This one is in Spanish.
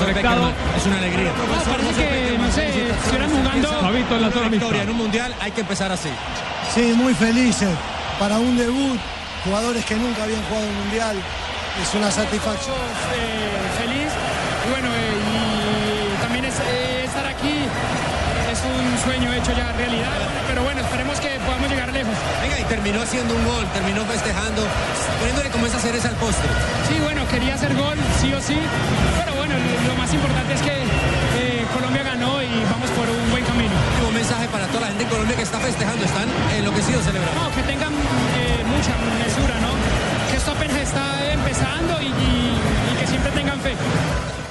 afectado. Es una alegría. No, parece que, no sé, estuvieran jugando. Fabito en la zona victoria en un mundial hay que empezar así. Sí, muy felices. Para un debut, jugadores que nunca habían jugado un mundial, es una satisfacción. Eh, feliz. Y bueno, eh, y también es, eh, estar aquí es un sueño hecho ya realidad. Pero bueno, esperemos que podamos llegar lejos. Venga, y terminó haciendo un gol, terminó festejando, poniéndole como esa cereza al postre. Sí, bueno, quería hacer gol, sí o sí. Pero bueno, lo, lo más importante es que eh, Colombia ganó y vamos por un buen camino. Un mensaje para toda la gente en Colombia que está festejando, están Eh, enloquecidos celebrando. No, que tengan eh, mucha mesura, ¿no? Que esto apenas está empezando y, y- y que siempre tengan fe.